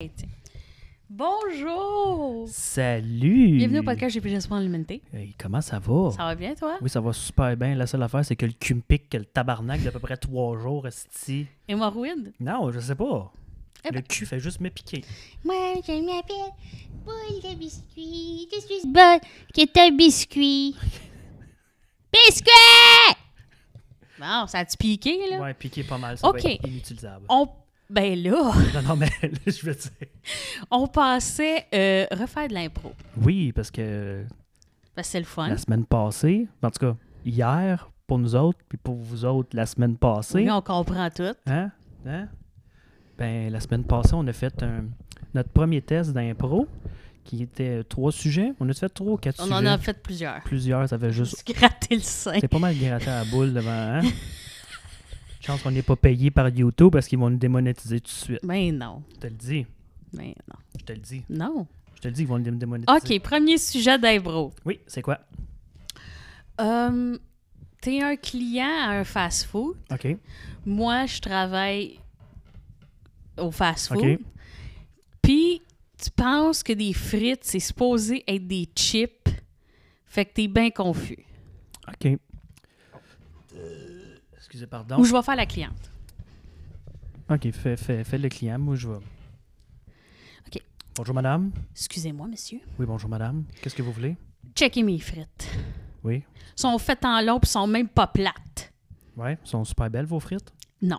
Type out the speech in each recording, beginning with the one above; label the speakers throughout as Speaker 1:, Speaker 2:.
Speaker 1: Et tiens. Bonjour!
Speaker 2: Salut!
Speaker 1: Bienvenue au podcast J'ai plus d'espoir en l'humanité.
Speaker 2: Hey, comment ça va?
Speaker 1: Ça va bien, toi?
Speaker 2: Oui, ça va super bien. La seule affaire, c'est que le cul me pique, que le tabarnak d'à peu près trois jours, esti.
Speaker 1: Hémorroïde?
Speaker 2: Non, je sais pas.
Speaker 1: Eh
Speaker 2: le
Speaker 1: ben.
Speaker 2: cul fait juste me piquer.
Speaker 3: Moi, je m'appelle Boule de Biscuit. Je suis bonne qui est un biscuit. Biscuit!
Speaker 1: Bon, ça a-tu piqué, là?
Speaker 2: Ouais, piquer pas mal, ça
Speaker 1: Ok.
Speaker 2: va être inutilisable.
Speaker 1: On... Ben là,
Speaker 2: Non, non, mais je veux dire...
Speaker 1: on pensait euh, refaire de l'impro.
Speaker 2: Oui, parce que
Speaker 1: Parce que c'est le fun.
Speaker 2: la semaine passée, en tout cas, hier, pour nous autres, puis pour vous autres, la semaine passée...
Speaker 1: Oui, on comprend tout.
Speaker 2: Hein? Hein? Ben, la semaine passée, on a fait un- notre premier test d'impro, qui était trois sujets. On a fait trois ou quatre
Speaker 1: On
Speaker 2: sujets.
Speaker 1: en a fait plusieurs.
Speaker 2: plusieurs, ça fait juste.
Speaker 1: Tu gratté le sein.
Speaker 2: C'est pas mal gratté à la boule devant. Hein? Chance qu'on n'est pas payé par YouTube parce qu'ils vont nous démonétiser tout de suite.
Speaker 1: Mais Ben non.
Speaker 2: Je te le dis.
Speaker 1: Mais non.
Speaker 2: Je te le dis.
Speaker 1: Non.
Speaker 2: Je te le dis, ils vont nous démonétiser.
Speaker 1: OK, premier sujet d'impro.
Speaker 2: Oui, c'est quoi?
Speaker 1: Euh, T'es un client à un fast-food.
Speaker 2: OK.
Speaker 1: Moi, je travaille au fast-food.
Speaker 2: OK.
Speaker 1: Puis, tu penses que des frites, c'est supposé être des chips. Fait que t'es bien confus.
Speaker 2: OK. Excusez, pardon.
Speaker 1: Ou je vais faire la cliente.
Speaker 2: OK, fais, fais, fais le client. Moi, je vais.
Speaker 1: OK.
Speaker 2: Bonjour, madame.
Speaker 1: Excusez-moi, monsieur.
Speaker 2: Oui, bonjour, madame. Qu'est-ce que vous voulez?
Speaker 1: Checkez mes frites.
Speaker 2: Oui.
Speaker 1: Sont faites en long pis sont même pas plates.
Speaker 2: Ouais, elles sont super belles, vos frites.
Speaker 1: Non.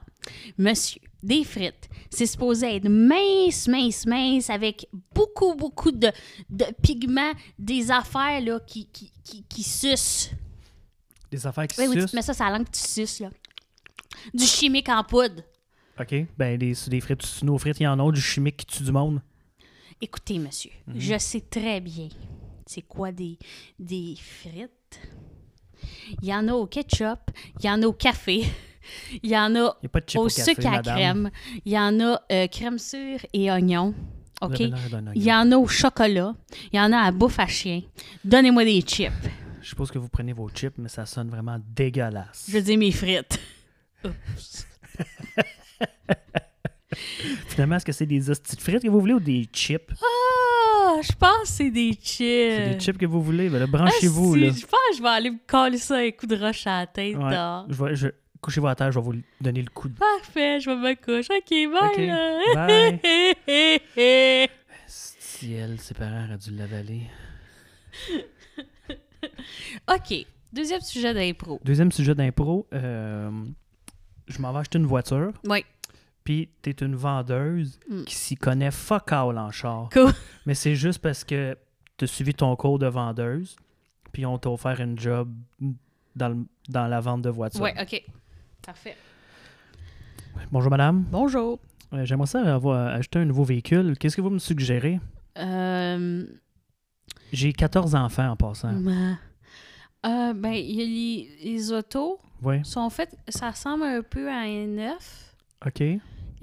Speaker 1: Monsieur, des frites, c'est supposé être mince, mince, mince, avec beaucoup, beaucoup de, de pigments, des affaires là, qui, qui, qui, qui sucent.
Speaker 2: Des affaires qui
Speaker 1: Oui, oui, tu
Speaker 2: sucent.
Speaker 1: te mets ça sur la langue, tu suces, là. Du chimique en poudre.
Speaker 2: OK. Ben, des, des frites, nos frites, il y en a du chimique qui tue du monde.
Speaker 1: Écoutez, monsieur,
Speaker 2: Mhm.
Speaker 1: je sais très bien c'est quoi des, des frites. Il y en a au ketchup, il y en a au café, il y en a
Speaker 2: Il n'y a pas de chip
Speaker 1: au
Speaker 2: au café,
Speaker 1: sucre à
Speaker 2: madame.
Speaker 1: crème, il y en a euh, crème sûre et oignon.
Speaker 2: Vous
Speaker 1: OK?
Speaker 2: avez l'air d'un
Speaker 1: Il y
Speaker 2: oignon.
Speaker 1: en a au chocolat, il y en a à bouffe à chien. Donnez-moi des chips.
Speaker 2: Je suppose que vous prenez vos chips, mais ça sonne vraiment dégueulasse.
Speaker 1: Je veux dire mes frites. Oups.
Speaker 2: Finalement, est-ce que c'est des hosties de frites que vous voulez ou des chips?
Speaker 1: Ah, je pense que c'est des chips.
Speaker 2: C'est
Speaker 1: Euh,
Speaker 2: des chips que vous voulez? Ben là, branchez-vous,
Speaker 1: Ah, si,
Speaker 2: là.
Speaker 1: Je pense que je vais aller me coller ça un coup de roche à la tête.
Speaker 2: Ouais.
Speaker 1: dehors.
Speaker 2: Je vais- je- Couchez-vous à terre, je vais vous donner le coup de...
Speaker 1: Parfait, je vais me coucher. OK, bye.
Speaker 2: OK,
Speaker 1: là.
Speaker 2: bye.
Speaker 1: Hé, hé, hé.
Speaker 2: Si elle, ses parents auraient dû l'avaler.
Speaker 1: OK, deuxième sujet d'impro.
Speaker 2: Deuxième sujet d'impro, euh, je m'en vais acheter une voiture,
Speaker 1: Oui.
Speaker 2: puis t'es une vendeuse
Speaker 1: Mm.
Speaker 2: qui s'y connaît fuck all en char.
Speaker 1: Cool.
Speaker 2: Mais c'est juste parce que t'as suivi ton cours de vendeuse, puis on t'a offert une job dans, le- dans la vente de voitures.
Speaker 1: Ouais, OK. Parfait.
Speaker 2: Bonjour, madame.
Speaker 1: Bonjour.
Speaker 2: Euh, J'aimerais ça avoir acheté un nouveau véhicule. Qu'est-ce que vous me suggérez?
Speaker 1: Euh,
Speaker 2: J'ai 14 enfants en passant.
Speaker 1: euh, euh, ben, il y a les, les autos.
Speaker 2: Oui.
Speaker 1: Sont faites, ça ressemble un peu à un neuf.
Speaker 2: OK.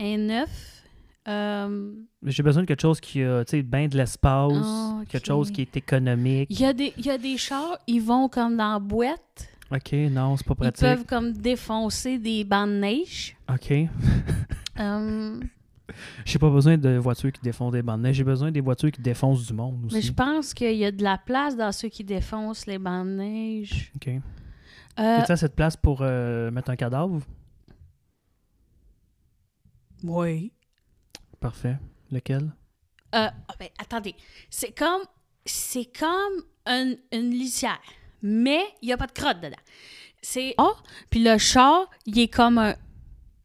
Speaker 1: Un neuf. Euh,
Speaker 2: Mais J'ai besoin de quelque chose qui a, tu sais, bien de l'espace,
Speaker 1: Ah, ok.
Speaker 2: quelque chose qui est économique.
Speaker 1: Il y, a des- il y a des chars, ils vont comme dans la boîte.
Speaker 2: OK, non, c'est pas
Speaker 1: Ils
Speaker 2: pratique.
Speaker 1: peuvent comme défoncer des bandes de neige.
Speaker 2: OK.
Speaker 1: Euh,
Speaker 2: J'ai pas besoin de voitures qui défoncent des bandes. de neige. J'ai besoin des voitures qui défoncent du monde aussi.
Speaker 1: Mais je pense qu'il y a de la place dans ceux qui défoncent les bandes de neige.
Speaker 2: OK. Y
Speaker 1: Euh,
Speaker 2: a-t-il assez de place pour euh, mettre un cadavre?
Speaker 1: oui.
Speaker 2: Parfait. Lequel?
Speaker 1: Euh, ah ben, attendez, c'est comme, c'est comme une, une litière, mais il n'y a pas de crotte dedans. C'est oh, puis le char, il est comme un-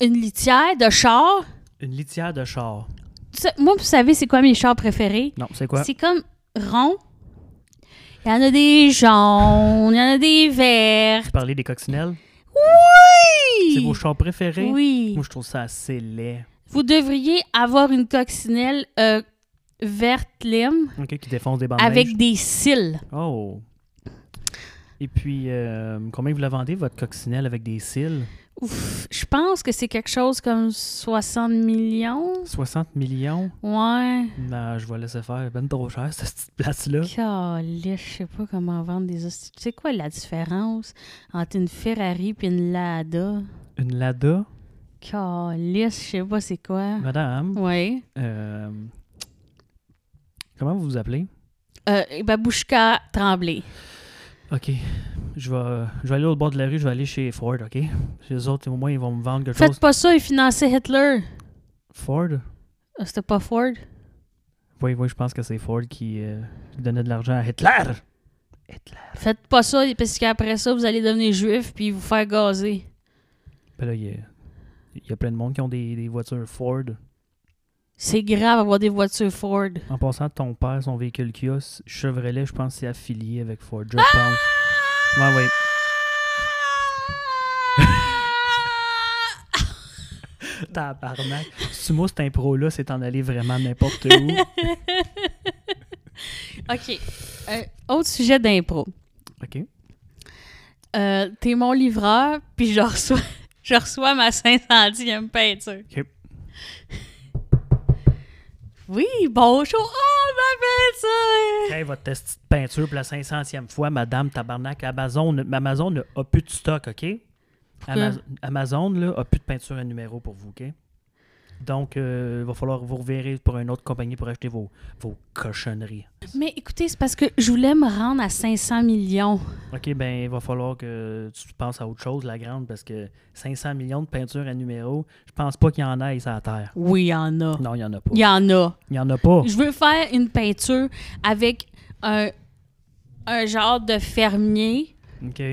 Speaker 1: une litière de char.
Speaker 2: Une litière de char.
Speaker 1: Tu sais, moi, vous savez, c'est quoi mes chars préférés?
Speaker 2: Non, c'est quoi?
Speaker 1: C'est comme rond. Il y en a des jaunes, il y en a des verts.
Speaker 2: Vous parlez des coccinelles?
Speaker 1: Oui!
Speaker 2: C'est hein? vos chars préférés?
Speaker 1: Oui.
Speaker 2: Moi, je trouve ça assez laid.
Speaker 1: Vous devriez avoir une coccinelle euh, verte lime
Speaker 2: OK, qui défonce des bandes
Speaker 1: avec
Speaker 2: neiges.
Speaker 1: des cils.
Speaker 2: Oh! Et puis, euh, combien vous la vendez, votre coccinelle avec des cils?
Speaker 1: Ouf, je pense que c'est quelque chose comme 60 millions.
Speaker 2: 60 millions?
Speaker 1: Ouais.
Speaker 2: Non, je vais laisser faire. Ben trop cher, cette petite place-là.
Speaker 1: Calais, je sais pas comment vendre des hosties. Tu sais quoi la différence entre une Ferrari et une Lada?
Speaker 2: Une Lada?
Speaker 1: Calais, je sais pas c'est quoi.
Speaker 2: Madame,
Speaker 1: Ouais.
Speaker 2: euh, Comment vous vous appelez?
Speaker 1: Euh, Babouchka Tremblay.
Speaker 2: OK. Je vais, je vais aller au bord de la rue, je vais aller chez Ford, OK? Chez les autres, au moins, ils vont me vendre quelque
Speaker 1: Faites
Speaker 2: chose.
Speaker 1: pas ça, ils finançaient Hitler.
Speaker 2: Ford?
Speaker 1: Ah, C'était pas Ford?
Speaker 2: Oui, oui, je pense que c'est Ford qui, euh, qui donnait de l'argent à Hitler. Hitler.
Speaker 1: Faites pas ça, parce qu'après ça, vous allez devenir juif puis vous faire gazer.
Speaker 2: Ben là, il y a, il y a plein de monde qui ont des, des voitures Ford.
Speaker 1: C'est grave avoir des voitures Ford.
Speaker 2: En passant, ton père, son véhicule Kia, c- Chevrolet, je pense, c'est affilié avec Ford,
Speaker 1: Ah!
Speaker 2: je pense. Ouais, ouais. Tabarnak. Si moi, cette impro-là, c'est en aller vraiment n'importe où.
Speaker 1: OK. Euh, autre sujet d'impro.
Speaker 2: OK.
Speaker 1: Euh, T'es mon livreur, puis je reçois, je reçois ma 500e peinture.
Speaker 2: OK.
Speaker 1: Oui, bonjour. Oh, ma peinture!
Speaker 2: Hey, votre petite peinture pour la 500e fois, madame Tabarnak. Amazon, Amazon a plus de stock, OK? Ama- Amazon, là, a plus de peinture à numéro pour vous, OK? Donc, euh, il va falloir vous reverrer pour une autre compagnie pour acheter vos, vos cochonneries.
Speaker 1: Mais écoutez, c'est parce que je voulais me rendre à 500 millions.
Speaker 2: OK, ben il va falloir que tu penses à autre chose, la grande, parce que 500 millions de peintures à numéro, je pense pas qu'il y en ait sur la Terre.
Speaker 1: Oui, il y en a.
Speaker 2: Non, il y en a pas.
Speaker 1: Il y en a.
Speaker 2: Il y en a pas.
Speaker 1: Je veux faire une peinture avec un, un genre de fermier
Speaker 2: OK.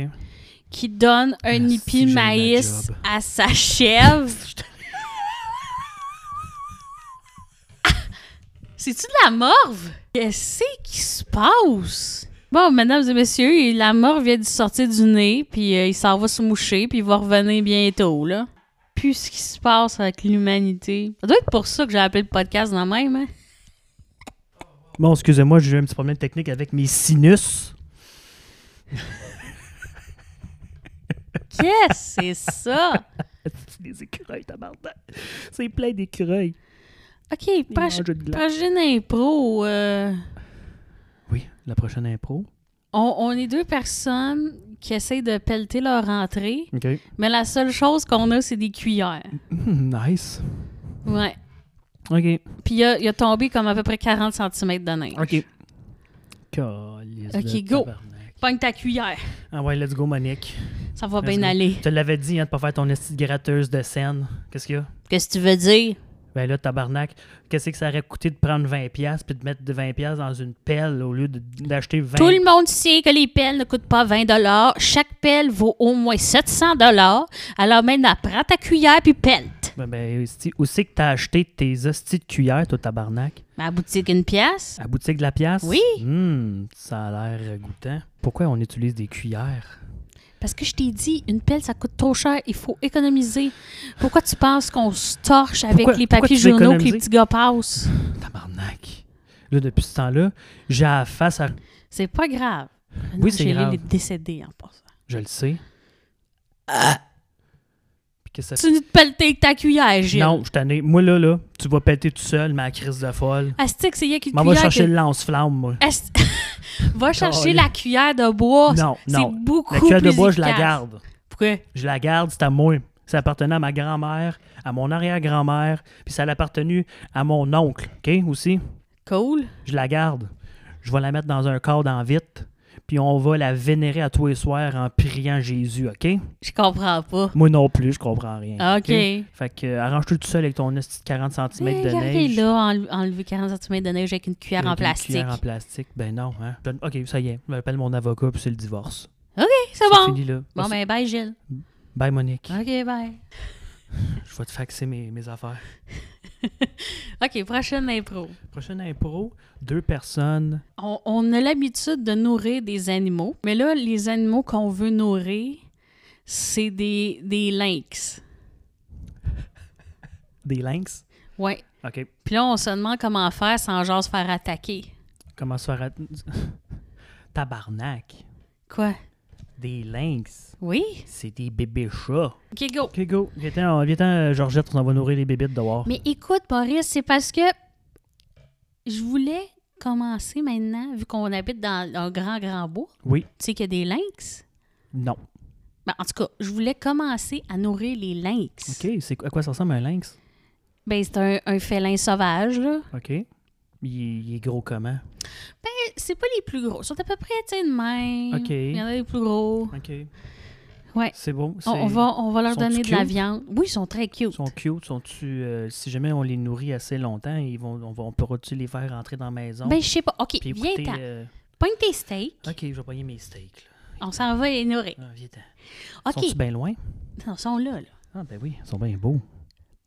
Speaker 1: qui donne un
Speaker 2: Asti,
Speaker 1: hippie
Speaker 2: Ah, j'ai eu ma
Speaker 1: maïs
Speaker 2: job.
Speaker 1: à sa chèvre. Ah! C'est-tu de la morve? Qu'est-ce qui se passe? Bon, mesdames et messieurs, la morve vient de sortir du nez, puis euh, il s'en va se moucher, puis il va revenir bientôt, là. Puis ce qui se passe avec l'humanité. Ça doit être pour ça que j'ai appelé le podcast dans le même, hein?
Speaker 2: Bon, excusez-moi, j'ai eu un petit problème technique avec mes sinus.
Speaker 1: Qu'est-ce que c'est ça?
Speaker 2: C'est des écureuils, tabarnak. C'est plein d'écureuils.
Speaker 1: OK,
Speaker 2: Ils
Speaker 1: proche-
Speaker 2: mangent de glace.
Speaker 1: prochaine impro. euh,
Speaker 2: Oui, la prochaine impro.
Speaker 1: on, on est deux personnes qui essayent de pelleter leur entrée,
Speaker 2: OK.
Speaker 1: mais la seule chose qu'on a, c'est des cuillères.
Speaker 2: Hmm, nice.
Speaker 1: Ouais.
Speaker 2: OK.
Speaker 1: Puis il a, il a tombé comme à peu près 40 cm de neige.
Speaker 2: OK. Calisse de
Speaker 1: OK, go.
Speaker 2: tabarnak.
Speaker 1: Pogne ta cuillère.
Speaker 2: Ah ouais, let's go, Monique.
Speaker 1: Ça va
Speaker 2: Let's
Speaker 1: bien
Speaker 2: go.
Speaker 1: aller.
Speaker 2: Je te l'avais dit, hein, de pas faire ton esti de gratteuse de scène. Qu'est-ce qu'il y a?
Speaker 1: Qu'est-ce que tu veux dire?
Speaker 2: Ben là, tabarnak, qu'est-ce que ça aurait coûté de prendre 20$ puis de mettre de 20$ dans une pelle au lieu de- d'acheter 20$?
Speaker 1: Tout le monde sait que les pelles ne coûtent pas 20 Chaque pelle vaut au moins 700 Alors maintenant, prends ta cuillère puis pelle.
Speaker 2: Ben, ben, esti, où c'est que t'as acheté tes hosties de cuillères, toi, tabarnak?
Speaker 1: Ma boutique, une pièce.
Speaker 2: À boutique de la pièce?
Speaker 1: Oui.
Speaker 2: Hum, ça a l'air goûtant. Pourquoi on utilise des cuillères?
Speaker 1: Parce que je t'ai dit, une pelle, ça coûte trop cher, il faut économiser. Pourquoi tu penses qu'on se torche avec
Speaker 2: Pourquoi-
Speaker 1: les
Speaker 2: pourquoi
Speaker 1: papiers
Speaker 2: tu veux
Speaker 1: journaux que les
Speaker 2: économiser?
Speaker 1: petits gars passent?
Speaker 2: Tabarnak. Là, depuis ce temps-là, j'ai la face à...
Speaker 1: C'est pas grave.
Speaker 2: Oui, c'est
Speaker 1: J'ai
Speaker 2: grave.
Speaker 1: les décédés en passant.
Speaker 2: Je le sais. Puis qu'est-ce que ça
Speaker 1: Ah. Tu nous pelleter avec ta cuillère, Gilles.
Speaker 2: Non, je t'en ai... Moi, là, là, tu vas péter tout seul, ma crise de folle.
Speaker 1: Astic, c'est y'a qu'une
Speaker 2: Moi, va
Speaker 1: cuillère.
Speaker 2: chercher
Speaker 1: que-
Speaker 2: le lance-flamme, moi.
Speaker 1: Ast- Va chercher
Speaker 2: Calé.
Speaker 1: la cuillère de bois.
Speaker 2: Non,
Speaker 1: C'est
Speaker 2: non.
Speaker 1: beaucoup
Speaker 2: La cuillère de
Speaker 1: plus
Speaker 2: bois, je la
Speaker 1: efficace.
Speaker 2: garde.
Speaker 1: Pourquoi?
Speaker 2: Je la garde, c'est à moi. Ça appartenait à ma grand-mère, à mon arrière-grand-mère, puis ça appartenu à mon oncle, OK, aussi.
Speaker 1: Cool.
Speaker 2: Je la garde. Je vais la mettre dans un cadre en vite, puis on va la vénérer à tous les soirs en priant Jésus, OK?
Speaker 1: Je comprends pas.
Speaker 2: Moi non plus, je comprends rien.
Speaker 1: OK.
Speaker 2: Fait que euh, arrange-toi tout seul avec ton esti de 40 cm
Speaker 1: Mais
Speaker 2: de
Speaker 1: regardez
Speaker 2: neige.
Speaker 1: là, enle- enlever 40 cm de neige avec une cuillère en
Speaker 2: Avec une
Speaker 1: plastique.
Speaker 2: cuillère en plastique, ben non, hein. Je- OK, ça y est, je m'appelle mon avocat, puis c'est le divorce.
Speaker 1: C'est bon.
Speaker 2: Fini là.
Speaker 1: Bon, ben, bye, Gilles.
Speaker 2: Bye Monique.
Speaker 1: OK, bye.
Speaker 2: Je vais te faxer mes, mes affaires.
Speaker 1: OK, prochaine impro.
Speaker 2: Prochaine impro, deux personnes.
Speaker 1: On, on a l'habitude de nourrir des animaux, mais là, les animaux qu'on veut nourrir, c'est des, des lynx.
Speaker 2: Des lynx.
Speaker 1: Ouais.
Speaker 2: OK.
Speaker 1: Puis là, on se demande comment faire sans genre se faire attaquer.
Speaker 2: Comment se faire... att- Tabarnak.
Speaker 1: Quoi?
Speaker 2: Des lynx.
Speaker 1: Oui?
Speaker 2: C'est des bébés chats.
Speaker 1: OK, go.
Speaker 2: OK, go. Viens-t'en, viens Georgette, on va nourrir les bébites dehors.
Speaker 1: Mais écoute, Boris, c'est parce que je voulais commencer maintenant, vu qu'on habite dans un grand, grand bois.
Speaker 2: Oui.
Speaker 1: Tu sais qu'il y a des lynx.
Speaker 2: Non.
Speaker 1: Ben, en tout cas, je voulais commencer à nourrir les lynx.
Speaker 2: OK, c'est à quoi ça ressemble un lynx?
Speaker 1: Ben, c'est un, un félin sauvage, là.
Speaker 2: OK. Il, est- il est gros comment?
Speaker 1: C'est pas les plus gros. Ils sont à peu près, tu sais, de même.
Speaker 2: Ok.
Speaker 1: Il y en a des plus gros.
Speaker 2: OK.
Speaker 1: Ouais.
Speaker 2: C'est bon.
Speaker 1: On, on
Speaker 2: c'est-
Speaker 1: va, on va leur
Speaker 2: Sont-tu
Speaker 1: donner de la
Speaker 2: cute?
Speaker 1: viande. Oui, ils sont très cute.
Speaker 2: sont cute, sont-tu... euh, si jamais on les nourrit assez longtemps, ils vont, on, va- on pourra-tu les faire rentrer dans la maison?
Speaker 1: Ben, je sais pas. OK,
Speaker 2: puis écouter,
Speaker 1: viens-t'en.
Speaker 2: euh,
Speaker 1: Pogne tes steaks.
Speaker 2: OK, je vais payer mes steaks. là.
Speaker 1: On s'en va les nourrir.
Speaker 2: Ah, viens-t'en.
Speaker 1: OK.
Speaker 2: Sont-tu bien loin?
Speaker 1: Non, ils sont là, là.
Speaker 2: Ah, ben oui, ils sont bien beaux.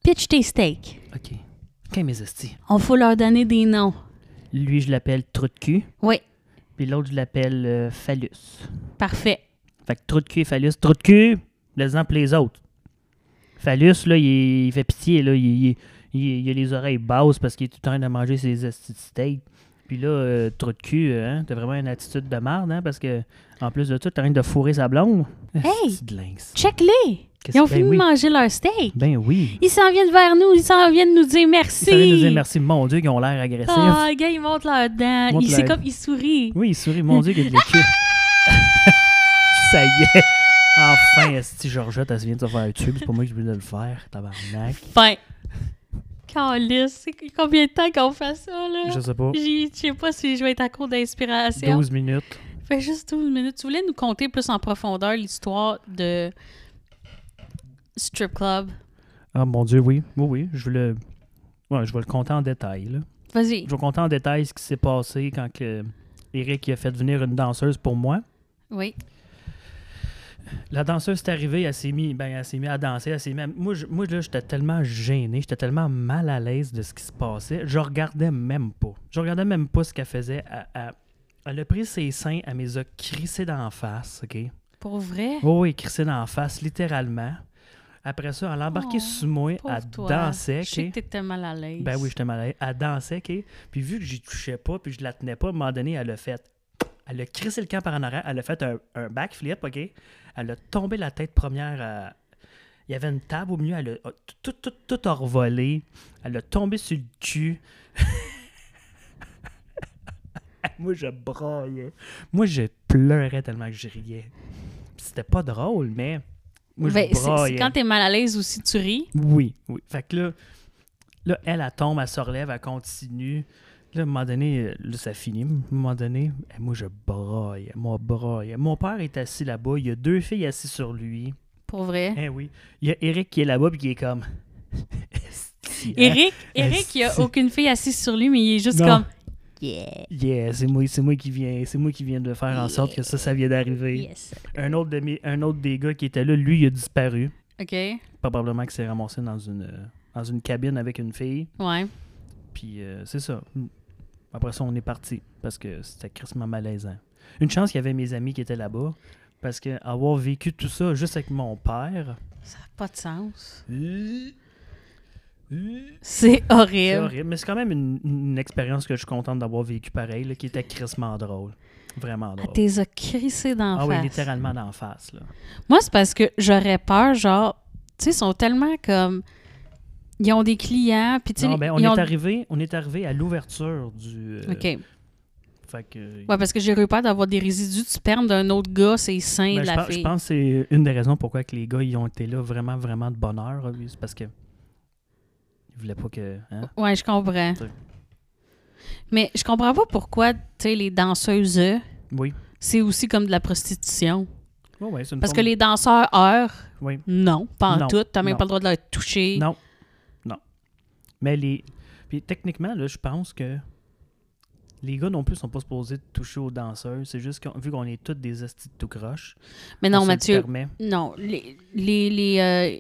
Speaker 1: Pitch tes steaks.
Speaker 2: OK. OK, mes estis.
Speaker 1: On faut leur donner des noms.
Speaker 2: Lui, je l'appelle trou de cul,
Speaker 1: Oui,
Speaker 2: puis l'autre, je l'appelle euh, phallus.
Speaker 1: parfait.
Speaker 2: Fait que trou de cul et phallus. Trou de cul, laisse-en pour les autres. Phallus, là, il, est- il fait pitié, là. Il, il- il- il a les oreilles basses parce qu'il est tout le temps de manger ses estis de steak. Puis là, euh, trou de cul, hein, t'as vraiment une attitude de marde, hein, parce que, en plus de tout, t'as rien de fourrer sa blonde.
Speaker 1: Hey!
Speaker 2: Esti de lynx.
Speaker 1: Check-les.
Speaker 2: Qu'est-ce-
Speaker 1: Ils ont
Speaker 2: ben
Speaker 1: fini
Speaker 2: oui.
Speaker 1: de manger leur steak.
Speaker 2: Ben oui.
Speaker 1: Ils s'en viennent vers nous. Ils s'en viennent nous dire
Speaker 2: Ils
Speaker 1: merci.
Speaker 2: s'en viennent nous dire merci. Mon Dieu, qu'ils ont l'air agressifs.
Speaker 1: Ah, le gars, ils montent leurs dents.
Speaker 2: Montre
Speaker 1: Ils- C'est
Speaker 2: leur-
Speaker 1: comme ils sourient.
Speaker 2: Oui, il sourit. Mon Dieu, qu'il y a de l'équipe. Ça y est. Enfin, Esti Georgette, elle se vient de se faire un tube. C'est pas moi qui voulais le faire, tabarnak.
Speaker 1: Fin. Calisse, c'est combien de temps qu'on fait ça, là?
Speaker 2: Je sais pas.
Speaker 1: J'ai- Je sais pas si je vais être à court d'inspiration.
Speaker 2: 12 minutes.
Speaker 1: Fait juste 12 minutes. Tu voulais nous conter plus en profondeur l'histoire de Strip Club?
Speaker 2: Ah, mon Dieu, oui. Oui, oui. Je voulais. Ouais, je vais le compter en détail, là.
Speaker 1: Vas-y.
Speaker 2: Je vais compter en détail ce qui s'est passé quand que Eric il a fait venir une danseuse pour moi.
Speaker 1: Oui.
Speaker 2: La danseuse est arrivée, elle s'est mise ben, elle s'est mise à danser, elle s'est mise à- Moi, je- moi là, j'étais tellement gêné, j'étais tellement mal à l'aise de ce qui se passait. Je regardais même pas. Je regardais même pas ce qu'elle faisait. Elle, elle- elle a pris ses seins, elle me les a crissés dans la face, OK?
Speaker 1: Pour vrai?
Speaker 2: Oh, oui, crissés dans la face, littéralement. Après ça, elle a embarqué
Speaker 1: Oh,
Speaker 2: sous moi,
Speaker 1: Pauvre
Speaker 2: elle
Speaker 1: toi.
Speaker 2: dansait,
Speaker 1: Je sais
Speaker 2: OK?
Speaker 1: que t'étais mal à l'aise.
Speaker 2: Ben oui, j'étais mal à l'aise. Elle dansait, OK? Puis vu que j'y touchais pas, puis je la tenais pas, à un moment donné, elle a fait... Elle a crissé le camp par en arrière, elle a fait un, un backflip, OK? Elle a tombé la tête première à... Il y avait une table au milieu, elle a oh, tout, tout, tout, tout a revolé. Elle a tombé sur le cul. Moi, je braillais. Moi, je pleurais tellement que je riais. Puis C'était pas drôle, mais... Moi, je hein.
Speaker 1: Ben, c'est- c'est
Speaker 2: braillais.
Speaker 1: quand t'es mal à l'aise aussi, tu ris.
Speaker 2: Oui, oui. Fait que là, là elle, elle tombe, elle se relève, elle continue. Là, à un moment donné, euh, là, ça finit. À un moment donné, eh, moi, je broille. Moi, broille. Mon père est assis là-bas. Il y a deux filles assises sur lui.
Speaker 1: Pour vrai.
Speaker 2: Eh oui. Il y a Eric qui est là-bas, puis qui est comme. Esti, hein?
Speaker 1: Eric, Eric, il y a
Speaker 2: Esti.
Speaker 1: aucune fille assise sur lui, mais il est juste
Speaker 2: Non.
Speaker 1: comme Yeah.
Speaker 2: Yeah, c'est moi, c'est moi qui viens, c'est moi qui viens de faire en sorte que ça, ça vient d'arriver.
Speaker 1: Yes.
Speaker 2: Un autre de mes- un autre des gars qui était là, lui, il a disparu.
Speaker 1: OK. Ouais.
Speaker 2: Probablement qu'il s'est ramassé dans une, euh, dans une cabine avec une fille. Puis euh, c'est ça. Mm. Après ça, on est parti parce que c'était crissement malaisant. Une chance qu'il y avait mes amis qui étaient là-bas parce que avoir vécu tout ça juste avec mon père,
Speaker 1: Ça n'a pas de sens.
Speaker 2: c'est
Speaker 1: C'est horrible.
Speaker 2: horrible. Mais c'est quand même une, une expérience que je suis contente d'avoir vécu pareil, là, qui était crissement drôle. Vraiment
Speaker 1: Elle
Speaker 2: drôle.
Speaker 1: Ah, t'es a crissé d'en
Speaker 2: Ah oui,
Speaker 1: face.
Speaker 2: littéralement d'en face. Là.
Speaker 1: Moi, c'est parce que j'aurais peur, genre, tu sais, ils sont tellement comme. Ils ont des clients, puis tu sais.
Speaker 2: Non, ben, on,
Speaker 1: ils
Speaker 2: est
Speaker 1: ont-
Speaker 2: arrivé, on est arrivé à l'ouverture du. euh,
Speaker 1: OK.
Speaker 2: fait que-
Speaker 1: Ouais, parce que j'ai eu peur d'avoir des résidus de sperme d'un autre gars, c'est sain de
Speaker 2: Ben, je,
Speaker 1: la
Speaker 2: pense, je
Speaker 1: fille.
Speaker 2: pense que c'est une des raisons pourquoi que les gars ils ont été là vraiment, vraiment de bonne heure. là, C'est parce que ils voulaient pas que. hein?
Speaker 1: Ouais, je comprends.
Speaker 2: T'sais.
Speaker 1: Mais je comprends pas pourquoi, tu sais, les danseuses, euh,
Speaker 2: Oui.
Speaker 1: c'est aussi comme de la prostitution.
Speaker 2: Ouais, ouais, c'est une
Speaker 1: Parce que
Speaker 2: forme-
Speaker 1: les danseurs, heures,
Speaker 2: Oui.
Speaker 1: non, pas en
Speaker 2: Non,
Speaker 1: tout. T'as même
Speaker 2: non.
Speaker 1: pas le droit de leur toucher.
Speaker 2: Non. Non. Mais les. Puis techniquement, là, je pense que les gars non plus sont pas supposés de toucher aux danseurs. C'est juste que vu qu'on est tous des astis de tout croche.
Speaker 1: Mais
Speaker 2: on
Speaker 1: non,
Speaker 2: se le
Speaker 1: Mathieu,
Speaker 2: permet.
Speaker 1: non. Les, les, les, euh,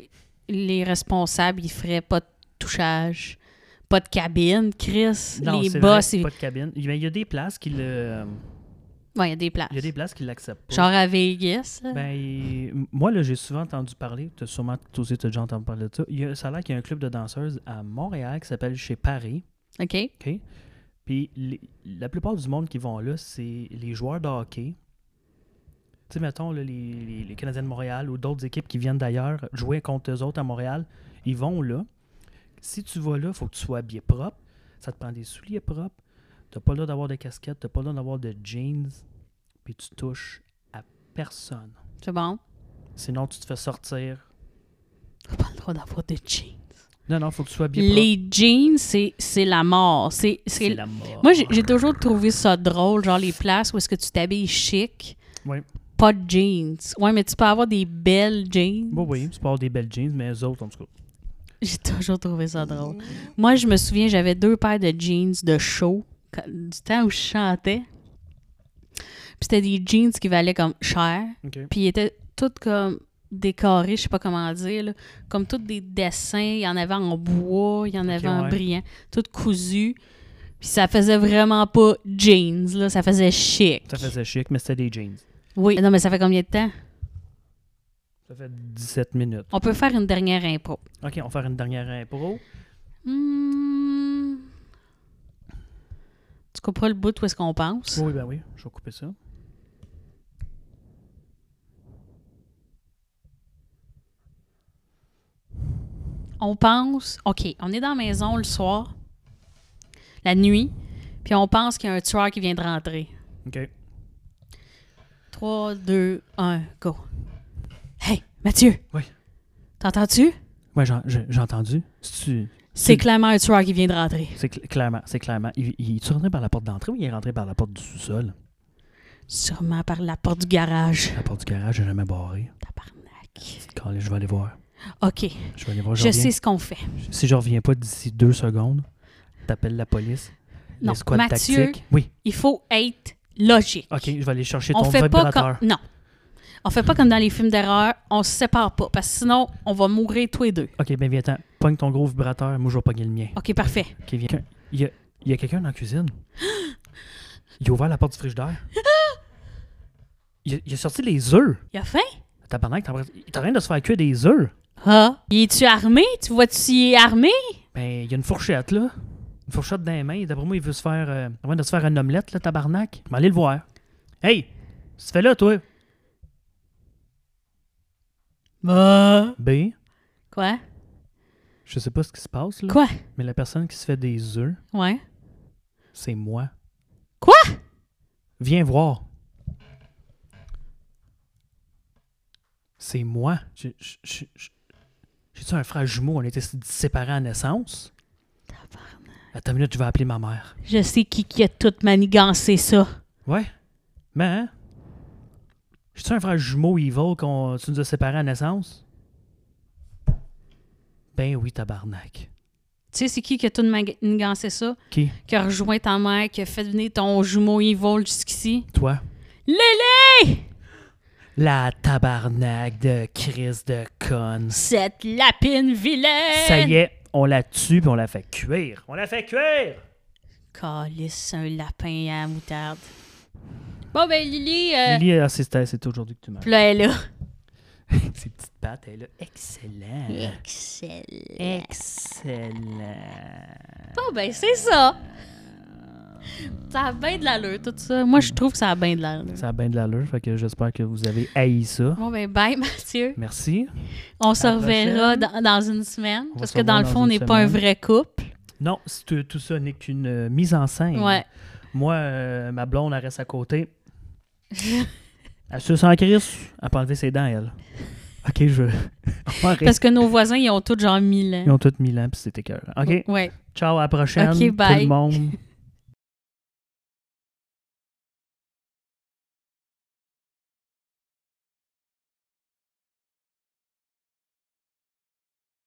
Speaker 1: les responsables, ils feraient pas de touchage, pas de cabine, Chris.
Speaker 2: Non,
Speaker 1: les
Speaker 2: c'est
Speaker 1: boss,
Speaker 2: vrai,
Speaker 1: ils-
Speaker 2: pas de cabine. Mais il y a des places qui le.
Speaker 1: Ouais, il y a des places.
Speaker 2: Il y a des places qui l'acceptent pas.
Speaker 1: Genre à Vegas. là.
Speaker 2: Ben, il- moi, là, j'ai souvent entendu parler, tu sûrement toi aussi, t'as déjà entendu parler de ça. Il y a, ça a l'air qu'il y a un club de danseuses à Montréal qui s'appelle Chez Paris.
Speaker 1: OK?
Speaker 2: OK? Puis les- la plupart du monde qui vont là, c'est les joueurs de hockey. Tu sais, mettons, là, les, les- les Canadiens de Montréal ou d'autres équipes qui viennent d'ailleurs jouer contre eux autres à Montréal, ils vont là. Si tu vas là, il faut que tu sois habillé propre. Ça te prend des souliers propres. T'as pas le droit d'avoir de casquette, t'as pas le droit d'avoir de jeans. Puis tu touches à personne.
Speaker 1: C'est bon?
Speaker 2: Sinon, tu te fais sortir.
Speaker 1: T'as pas le droit d'avoir de jeans.
Speaker 2: Non, non, faut que tu sois bien propre.
Speaker 1: Les jeans, c'est c'est la mort. C'est c'est-
Speaker 2: C'est la mort.
Speaker 1: Moi, j'ai j'ai toujours trouvé ça drôle, genre les places où est-ce que tu t'habilles chic,
Speaker 2: Oui,
Speaker 1: pas de jeans. Ouais, mais tu peux avoir des belles jeans.
Speaker 2: oui, Bah oui, tu peux avoir des belles jeans, mais eux autres, en tout cas.
Speaker 1: J'ai toujours trouvé ça drôle. Moi, je me souviens, j'avais deux paires de jeans de show quand- du temps où je chantais. Puis c'était des jeans qui valaient comme cher.
Speaker 2: OK.
Speaker 1: Puis ils étaient toutes comme décorés, je sais pas comment dire, là. comme tous des dessins. Il y en avait en bois, il y en avait en
Speaker 2: ouais.
Speaker 1: brillant, toutes cousues. Puis ça faisait vraiment pas jeans, là. ça faisait chic.
Speaker 2: Ça faisait chic, mais c'était des jeans.
Speaker 1: Oui, non, mais ça fait combien de temps?
Speaker 2: Ça fait 17 minutes.
Speaker 1: On peut faire une dernière impro.
Speaker 2: OK, on va faire une dernière impro.
Speaker 1: Hmm. Tu comprends le bout où est-ce qu'on pense?
Speaker 2: Oui, ben oui, je vais couper ça.
Speaker 1: On pense, OK, on est dans la maison le soir, la nuit, puis on pense qu'il y a un tueur qui vient de rentrer.
Speaker 2: OK.
Speaker 1: 3, 2, 1, go. Hey, Mathieu!
Speaker 2: Oui.
Speaker 1: T'entends-tu?
Speaker 2: Ouais, j'en- j'ai j'ai entendu. C'est-tu-
Speaker 1: C'est clairement un tueur qui vient de rentrer.
Speaker 2: C'est cl- clairement, c'est clairement. Il, il est rentré par la porte d'entrée ou il est rentré par la porte du sous-sol?
Speaker 1: Sûrement par la porte du garage.
Speaker 2: La porte du garage, j'ai jamais barré.
Speaker 1: Tabarnak.
Speaker 2: Calais, je vais aller voir.
Speaker 1: OK,
Speaker 2: Je vais aller voir. je
Speaker 1: je
Speaker 2: reviens.
Speaker 1: sais ce qu'on fait.
Speaker 2: Si je reviens pas d'ici deux secondes, t'appelles la police.
Speaker 1: Non,
Speaker 2: L'escouade
Speaker 1: Mathieu.
Speaker 2: tactique. Oui,
Speaker 1: Il faut être logique.
Speaker 2: ok, je vais aller chercher
Speaker 1: on
Speaker 2: ton
Speaker 1: fait pas
Speaker 2: vibrateur.
Speaker 1: comme non on fait pas comme dans les films d'horreur on se sépare pas parce que sinon on va mourir tous les deux
Speaker 2: Ok, ben viens, attends. Pogne ton gros vibrateur, moi je vais pogner le mien.
Speaker 1: ok parfait
Speaker 2: Ok, viens. Quelqu'un- Il y a, il y a quelqu'un dans la cuisine. Il a ouvert la porte du frigidaire. Il a, il a sorti les œufs.
Speaker 1: il a faim
Speaker 2: Tabarnak, t'es en train- t'es en train de se faire cuire des œufs.
Speaker 1: ah il est tu armé tu vois tu s'il est armé
Speaker 2: Ben, il y a une fourchette, là. Une fourchette dans les mains. D'après moi, il veut se faire. Euh, en train de se faire une omelette, là, tabarnak. Je vais aller le voir. Hey! Tu fais là, toi?
Speaker 1: bah
Speaker 2: B.
Speaker 1: quoi
Speaker 2: Ben, Je sais pas ce qui se passe, là.
Speaker 1: quoi
Speaker 2: Mais la personne qui se fait des œufs,
Speaker 1: ouais
Speaker 2: c'est moi.
Speaker 1: quoi
Speaker 2: Viens voir. C'est moi. J'ai- j'ai- j'ai- j'ai- J'ai-tu un frère jumeau? On était séparés à naissance? Attends une minute, je vais appeler ma mère.
Speaker 1: je sais qui qui a tout manigancé ça
Speaker 2: Ouais. Mais, hein? J'ai-tu un frère jumeau evil qu'on tu nous as séparés à naissance? Ben oui, tabarnak.
Speaker 1: tu sais c'est qui qui a tout manigancé ça
Speaker 2: Qui?
Speaker 1: qui a rejoint ta mère qui a fait venir ton jumeau evil jusqu'ici
Speaker 2: Toi?
Speaker 1: Lélé
Speaker 2: La tabarnak de Chris de con.
Speaker 1: cette lapine vilaine
Speaker 2: Ça y est, on la tue puis on la fait cuire. On la fait cuire!
Speaker 1: Calisse, un lapin à la moutarde. Bon, ben, Lily, euh,
Speaker 2: Lily, ah, c'est c'est- c'est aujourd'hui que tu meurs.
Speaker 1: puis là, elle est là.
Speaker 2: Ses petites pattes, elle est excellent.
Speaker 3: Excellent.
Speaker 2: Excellent.
Speaker 1: Bon, ben, c'est ça. Ça a bien de l'allure, tout ça. Moi, je trouve que ça a bien de l'allure.
Speaker 2: Ça a bien de l'allure, fait que j'espère que vous avez haï ça.
Speaker 1: Bon, ben, bye, Mathieu.
Speaker 2: Merci.
Speaker 1: On se
Speaker 2: la
Speaker 1: reverra dans,
Speaker 2: prochaine.
Speaker 1: dans une semaine.
Speaker 2: On va
Speaker 1: parce
Speaker 2: se
Speaker 1: que dans le
Speaker 2: revoir dans
Speaker 1: fond, on
Speaker 2: une
Speaker 1: n'est pas un
Speaker 2: semaine.
Speaker 1: vrai couple.
Speaker 2: Non, c'est- tout, tout ça n'est qu'une euh, mise en scène.
Speaker 1: Ouais.
Speaker 2: Moi, euh, ma blonde, elle reste à côté. elle se sent crise. Elle peut enlever ses dents, elle. OK, je... On va arrêter.
Speaker 1: Parce que nos voisins, ils ont tous genre 1000
Speaker 2: Ils
Speaker 1: ans.
Speaker 2: ont toutes mille ans, puis c'était cœur. OK,
Speaker 1: Ouais.
Speaker 2: ciao, à la prochaine,
Speaker 1: Mm, Ok, bye.
Speaker 2: tout le monde.